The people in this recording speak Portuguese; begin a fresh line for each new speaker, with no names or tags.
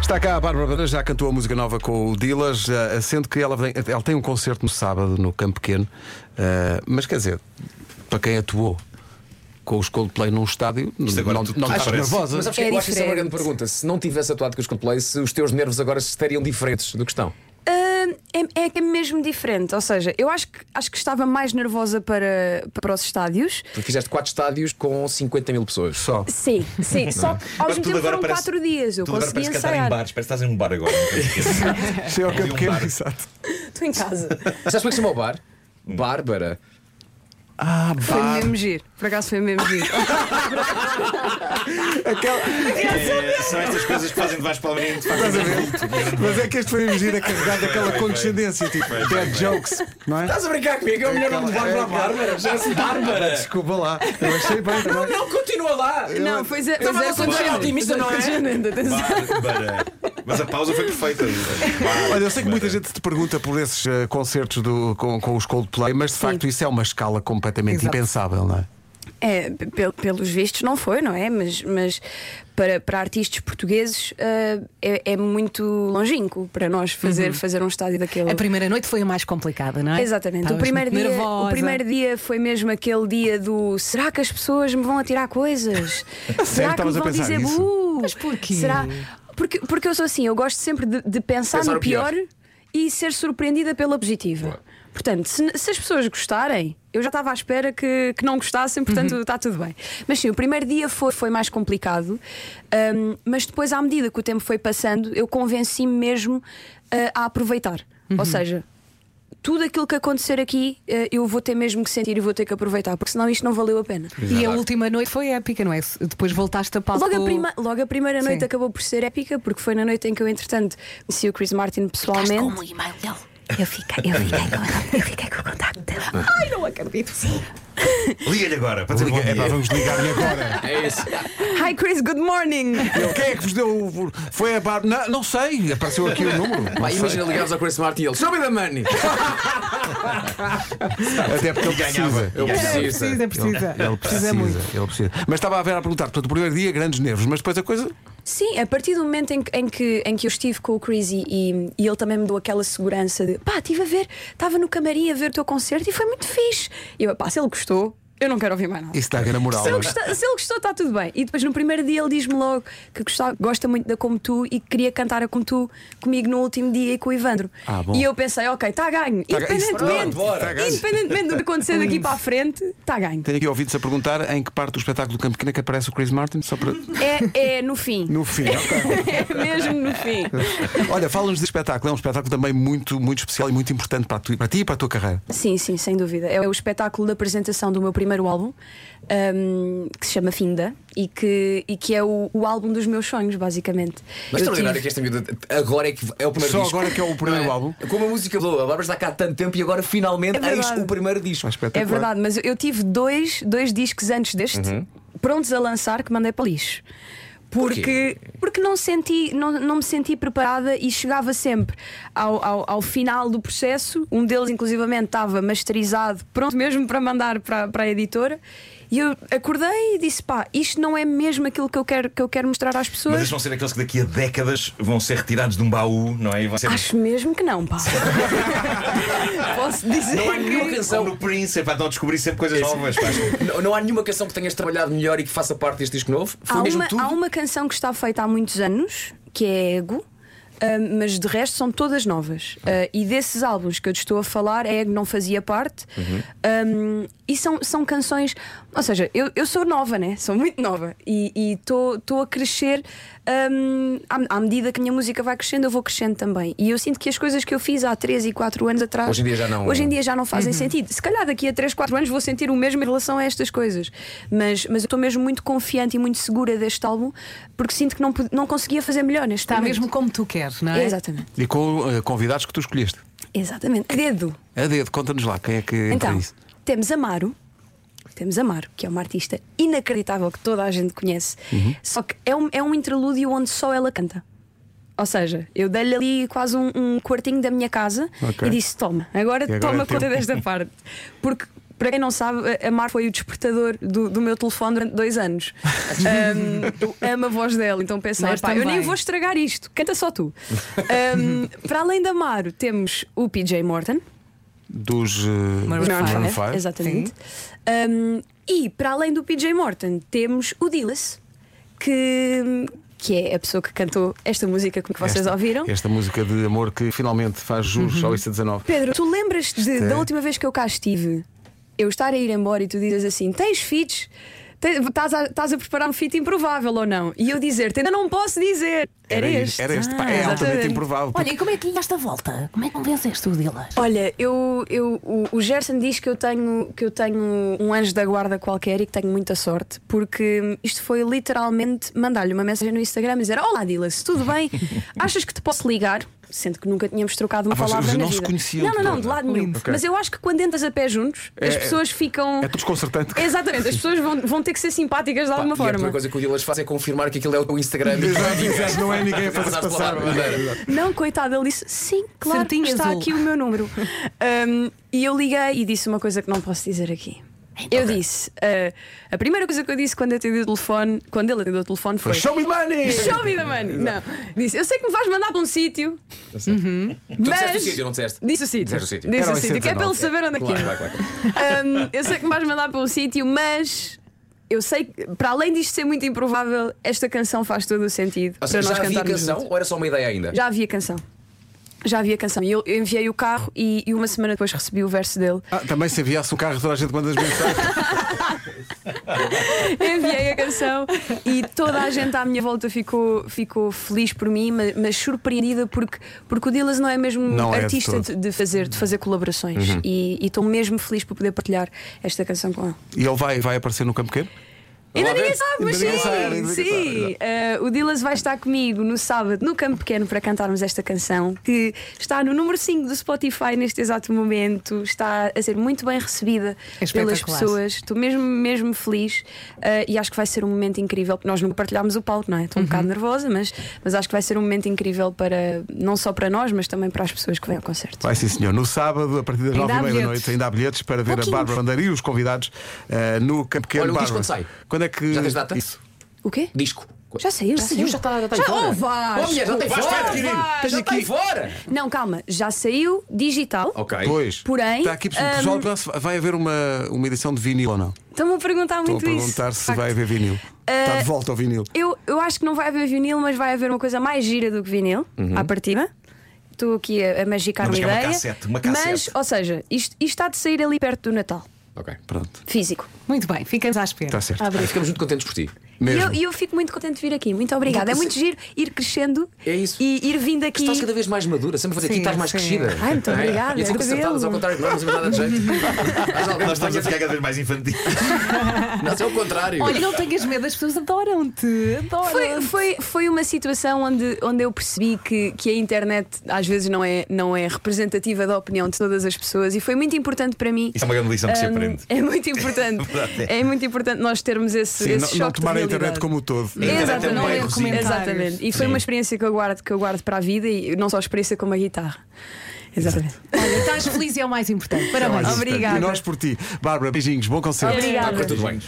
Está cá a Bárbara Bandeira, já cantou a música nova com o Dilas, eh, sendo que ela, vem- ela tem um concerto no sábado no Campo Pequeno, eh, mas quer dizer, para quem atuou com os Coldplay num estádio,
Isto agora
não,
tu- tá
não
tu
estás
parece-
nervosa.
Mas sabes que
É
eu acho que isso é uma
diferente.
grande pergunta. Se não tivesse atuado com os Coldplay, se os teus nervos agora estariam diferentes do que estão.
Ah, é, é mesmo diferente, ou seja, eu acho que, acho que estava mais nervosa para, para os estádios.
Porque fizeste quatro estádios com 50 mil pessoas.
Só.
Sim, sim, só que ao
Mas
mesmo
tudo
tempo
agora
foram
parece-
quatro dias. Eu
tudo agora
consegui
parece cantar em
ensaiar.
bares, parece que estás em um bar agora.
Chega ao
Ali
é Campo
um
Pequeno,
bar.
exato.
Estou em casa.
Sabes como é que se chama o bar? Bárbara.
Ah,
Foi
vá.
mesmo giro. Por acaso foi mesmo giro.
Aquela-
É, São estas coisas que fazem de baixo para o menino, de facto,
Estás a
um
ver?
vulto, um grande
Mas é que este foi um giro a carregar daquela
bem,
condescendência, tipo,
Bem,
bad
bem, bem.
jokes, não é?
Estás a brincar comigo? É o melhor nome de
Aquela-
Bárbara a Bárbara. Já se Bárbara.
Desculpa lá, eu achei bem é?
Não,
também.
não, continua lá.
Não, pois é,
Estava
mas é
a contar
contagiante.
otimista, não é?
Contagiante, atenção.
Bárbara. Mas a pausa foi perfeita.
Olha, eu sei que muita gente te pergunta por esses eh, concertos do- com, com os Coldplay, mas de facto isso é uma escala completamente
Exato.
impensável, não é?
É, pe- pe- pelos vistos não foi, não é? Mas, mas para, para artistas portugueses ah, é, é muito longínquo para nós fazer,
Uhum.
fazer um estádio daquele.
A primeira noite foi a mais complicada, não é?
Exatamente. O
Estavas
primeiro,
muito
dia,
nervosa.
o primeiro dia foi mesmo aquele dia do será que as pessoas me vão atirar coisas? será que me
Estavas a
vão
pensar
dizer
nisso?
bu?
Mas porquê?
Será? Porque, porque eu sou assim, eu gosto sempre de, de pensar,
Pensar
no
o pior.
pior, e ser surpreendida pela positiva. Portanto, se, se as pessoas gostarem, eu já estava à espera que, que não gostassem,
Uhum.
portanto está tudo bem. Mas sim, o primeiro dia foi, foi mais complicado, hum, mas depois, à medida que o tempo foi passando, eu convenci-me mesmo ah, a aproveitar.
Uhum.
Ou seja, tudo aquilo que acontecer aqui eh, eu vou ter mesmo que sentir e vou ter que aproveitar, porque senão isto não valeu a pena.
E a última noite foi épica, não é? Depois voltaste a palco.
Logo a, prima- logo a primeira noite
Sim.
acabou por ser épica, porque foi na noite em que eu, entretanto, conheci o Chris Martin pessoalmente.
Ficaste com o e-mail dele. Eu fiquei, eu fiquei com, eu fiquei com o contacto dele.
Liga-lhe agora, para dizer bom
É pá,
dia.
vamos ligar-lhe agora.
É isso.
Hi Chris, good morning!
Eu, quem é que vos deu? o- Foi a bar. Não, não sei, apareceu aqui o número. Não
Pá,
sei.
imagina ligarmos ao Chris Martin e ele. Show me the money.
Até porque ele
E ganhava.
precisa.
E ganhava.
É precisa, precisa.
Ele precisa, ele precisa. Mas estava a ver a perguntar, portanto, o primeiro dia, grandes nervos, mas depois a coisa.
Sim, a partir do momento em que, em que, em que eu estive com o Chris e, e- e ele também me deu aquela segurança de pá, estive a ver, estava no camarim a ver o teu concerto e foi muito fixe. E eu, pá, se ele gostou, eu não quero ouvir mais nada.
Isso dá grande moral.
Se ele,
não é?
gostar- se ele gostou, está tudo bem. E depois no primeiro dia ele diz-me logo que gosta, gosta muito da Como Tu e que queria cantar a Como Tu comigo no último dia e com o Ivandro.
Ah, bom.
E eu pensei, ok, está ganho.
Tá ganho. Isso,
pronto,
independentemente,
bora.
independentemente do que acontecer daqui para a frente, está ganho.
Tenho aqui ouvidos a perguntar em que parte do espetáculo do Campo Pequeno é que aparece o Chris Martin, só para.
É, é no fim.
No fim, ok.
É mesmo no fim.
Olha, fala-nos deste espetáculo. É um espetáculo também muito, muito especial e muito importante para, tu, para ti e para a tua carreira.
Sim, sim, sem dúvida. É o espetáculo da apresentação do meu primeiro álbum, hum, que se chama Finda, e que, e que é o, o álbum dos meus sonhos, basicamente.
Mas
Eu
extraordinário
tive-
que esta miúda agora é que é o primeiro
Só
disco.
agora que é o primeiro
Não
álbum.
Como a música boa, a Bárbara está cá há tanto tempo e agora finalmente
É
eis
verdade.
o primeiro disco.
Está espetacular.
É verdade, mas eu tive dois, dois discos antes deste, prontos a lançar, que mandei para lixo. Porque, porque não, senti, não, não me senti preparada e chegava sempre ao, ao, ao final do processo. Um deles, inclusivamente, estava masterizado, pronto mesmo para mandar para, para a editora. E eu acordei e disse: pá, isto não é mesmo aquilo que eu quero, que eu quero mostrar às
Mas estes
pessoas.
vão ser aqueles que daqui a décadas vão ser retirados de um baú, não é? E vão ser.
Acho mesmo que não, pá. Posso dizer
Não é há
que-
nenhuma
Como
canção.
no Prince, é para não descobrir sempre coisas novas. pá.
Não, não há nenhuma canção que tenhas trabalhado melhor e que faça parte deste disco novo. Foi
Há
mesmo
uma,
tudo.
há uma canção que está feita há muitos anos, que é Ego, ah, mas de resto são todas novas. Ah, e desses álbuns que eu te estou a falar, a Ego não fazia parte.
Uhum.
Ah, e são, são canções. Ou seja, eu, eu sou nova, né? Sou muito nova. E estou a crescer. ah, à, à medida que a minha música vai crescendo, eu vou crescendo também. E eu sinto que as coisas que eu fiz há 3 e 4 anos atrás.
Hoje em dia já não-
Hoje em dia já não fazem
Uhum.
sentido. Se calhar daqui a 3, 4 anos vou sentir o mesmo em relação a estas coisas. Mas, mas eu estou mesmo muito confiante e muito segura deste álbum porque sinto que não, pod- não conseguia fazer melhor neste
Está
momento.
mesmo como tu queres, não é?
Exatamente,
E com eh, convidados que tu escolheste.
exatamente. A dedo.
A dedo, conta-nos lá quem é que entra
Então,
nisso.
temos Amaro. Temos Amaro, que é uma artista inacreditável que toda a gente conhece.
Uhum.
Só que é um, é um interlúdio onde só ela canta. Ou seja, eu dei-lhe ali quase um, um quartinho da minha casa
Ok.
e disse: Toma, agora,
agora é
toma
teu.
conta desta parte. Porque Para quem não sabe, a- a Mar foi o despertador do, do meu telefone durante dois anos. Ahm, eu amo a voz dela, então pensei,
Nós
"Epá, eu nem
também."
vou estragar isto, canta só tu. Ahm, para além da Mar, temos o PJ Morton,
Dos. eh,
Maroon
Maroon
five.
Maroon
five,
five.
Exatamente. Um, e para além do PJ Morton, temos o Dillas, que, que é a pessoa que cantou esta música que vocês
Esta-
ouviram. Uhum.
Esta música de amor que finalmente faz jus ao IC 19.
Pedro, tu lembras te
é-
da última vez que eu cá estive, eu estar a ir embora e tu dizes assim: tens feats? Te- Estás a, estás a preparar um feat improvável ou não? E eu dizer-te, ainda não posso dizer. Era, este.
Era este. Pá,
Ah,
é altamente
exatamente.
improvável.
Olha, e como é que lhe deste a volta? Como é que convenceste o Dilas?
Olha, eu, eu, o, o Gerson diz que eu, tenho, que eu tenho um anjo da guarda qualquer e que tenho muita sorte, porque hum, isto foi literalmente mandar-lhe uma mensagem no Instagram e dizer: Olá, Dilas, tudo bem? Achas que te posso ligar? Sendo que nunca tínhamos trocado uma
Ah, vocês
palavra na
não se
vida.
conheciam
Não, não, não,
de
de lado nenhum.
Ok.
Mas eu acho que quando entras a pé juntos, as
É-
pessoas ficam.
É tudo desconcertante.
Exatamente, as pessoas vão, vão ter que ser simpáticas de
Pá,
alguma
e a primeira
forma.
coisa que o Dilas faz é confirmar que aquilo é o teu Instagram.
Exato, não é ninguém a fazer
Passaste
passar.
pela é? bandeira.
Não, coitado, ele disse: Sim, claro,
Certinho,
está
azul.
aqui o meu número. Um, e eu liguei e disse uma coisa que não posso dizer aqui. Eu disse: uh, A primeira coisa que eu disse quando atendi o telefone, quando ele atendeu o telefone, foi:
Show me money!
Show me the money! Não, disse: Eu sei que me vais mandar para um sítio, Uhum.
Tu Tá Então disseste o
Mas-
sítio, não disseste?
Disse o sítio.
Disseste o sítio.
Disse
Era
o
o
sítio. Que é para ele
119.
saber onde é que
Claro,
é.
claro, claro.
Hum, eu sei que me vais mandar para um sítio, mas eu sei que, para além disto ser muito improvável, esta canção faz todo o sentido
Ou seja, já
para nós
havia
cantarmos.
canção
juntos.
ou era só uma ideia ainda?
Já havia canção. Já havia canção. E eu eu enviei o carro e, e uma semana depois recebi o verso dele.
Ah, também se enviasse o carro, toda a gente manda as mensagens.
Enviei a canção e toda a gente à minha volta ficou, ficou feliz por mim, ma- mas, surpreendida porque, porque o Dillas não é mesmo
Não é de
artista
todo. Uhum.
de, de fazer, de fazer colaborações. E e estou mesmo feliz por poder partilhar esta canção com ele.
E ele vai, vai aparecer no campo pequeno?
Ainda
Vamos lá
ninguém
ver.
sabe,
Ainda
mas sim,
ninguém sabe, ainda ninguém sabe,
sim. Eh, o Dillas vai estar comigo no sábado, no Campo Pequeno, para cantarmos esta canção, que está no número 5 do Spotify neste exato momento, está a ser muito bem recebida
É espetacular.
pelas pessoas. Estou mesmo, mesmo feliz eh, e acho que vai ser um momento incrível, porque nós nunca partilhámos o palco, não é? Estou um
Uhum.
bocado nervosa, mas, mas acho que vai ser um momento incrível para não só para nós, mas também para as pessoas que vêm ao concerto.
Vai sim, senhor. No sábado, a partir das nove
Ainda
e
há
meia da
bilhetes.
noite, ainda há bilhetes para ver a Bárbara Bandeira e os convidados eh, no Campo Pequeno.
Olha, o disco
Bárbara.
quando sai?
Quando é que.
Já tens data?
Isso.
O quê?
Disco.
Já saiu,
Já saiu, já está já está em
Já-
fora.
Oh, Vasco,
Oh, mulher, já tem
Vasco,
fora.
vai adquirir.
Já
tá
Tenho
está
aqui-
em fora.
Não, calma, já saiu digital.
Ok.
Pois.
Porém, hum,
Está aqui, pessoal, vai haver uma, uma edição de vinil ou não?
Estão-me a perguntar
Estou a
muito isso.
perguntar se
de
vai
facto. Eh,
haver vinil. Está de volta ao vinil.
Eu, eu acho que não vai haver vinil, mas vai haver uma coisa mais gira do que vinil, à partida. Estou aqui a, a magicar
Não, mas
uma
que é uma
ideia.
cassete, uma cassete.
Mas, ou seja, isto, isto está de sair ali perto do Natal,
Ok.
Pronto,
físico.
Muito bem, ficamos à espera.
está Tá certo.
Ah, Ficamos muito contentes por ti.
E
Mesmo.
eu, e eu fico muito contente de vir aqui. Muito obrigada. É muito giro ir crescendo
É isso. é
e ir vindo aqui.
Estás cada vez mais madura, sempre fazer aqui,
Sim,
estás mais
sim.
crescida.
Ai, muito
Não é?
obrigada,
E assim
é
consertadas,
cabelo.
ao contrário, que nós não fazemos nada de jeito. Mas alguém
Nós
nos
estamos
ponha
a ficar cada vez mais infantil.
assim. Não, é o contrário.
Olha, não tenhas medo, as pessoas adoram-te. Adoram.
Foi, foi, foi uma situação onde, onde eu percebi que, que a internet às vezes não é, não é representativa da opinião de todas as pessoas e foi muito importante para mim.
Isso é uma grande lição que se
Hum,
aprende.
É muito importante.
Verdade, é.
é muito importante nós termos Ah, esse,
Sim,
esse
não,
choque
não tomar
de
a internet
realidade.
como o todo.
internet é um
Exatamente.
bairrozinho.
Não ler
Comentários.
Exatamente. E foi
Sim.
uma experiência que eu guardo, que eu guardo para a vida e não só a experiência como a guitarra. Exatamente.
Olha, estás feliz e é o mais importante. Parabéns.
Obrigada.
E nós por ti. Bárbara, beijinhos, bom concerto.
Obrigada.
Está a correr tudo bem.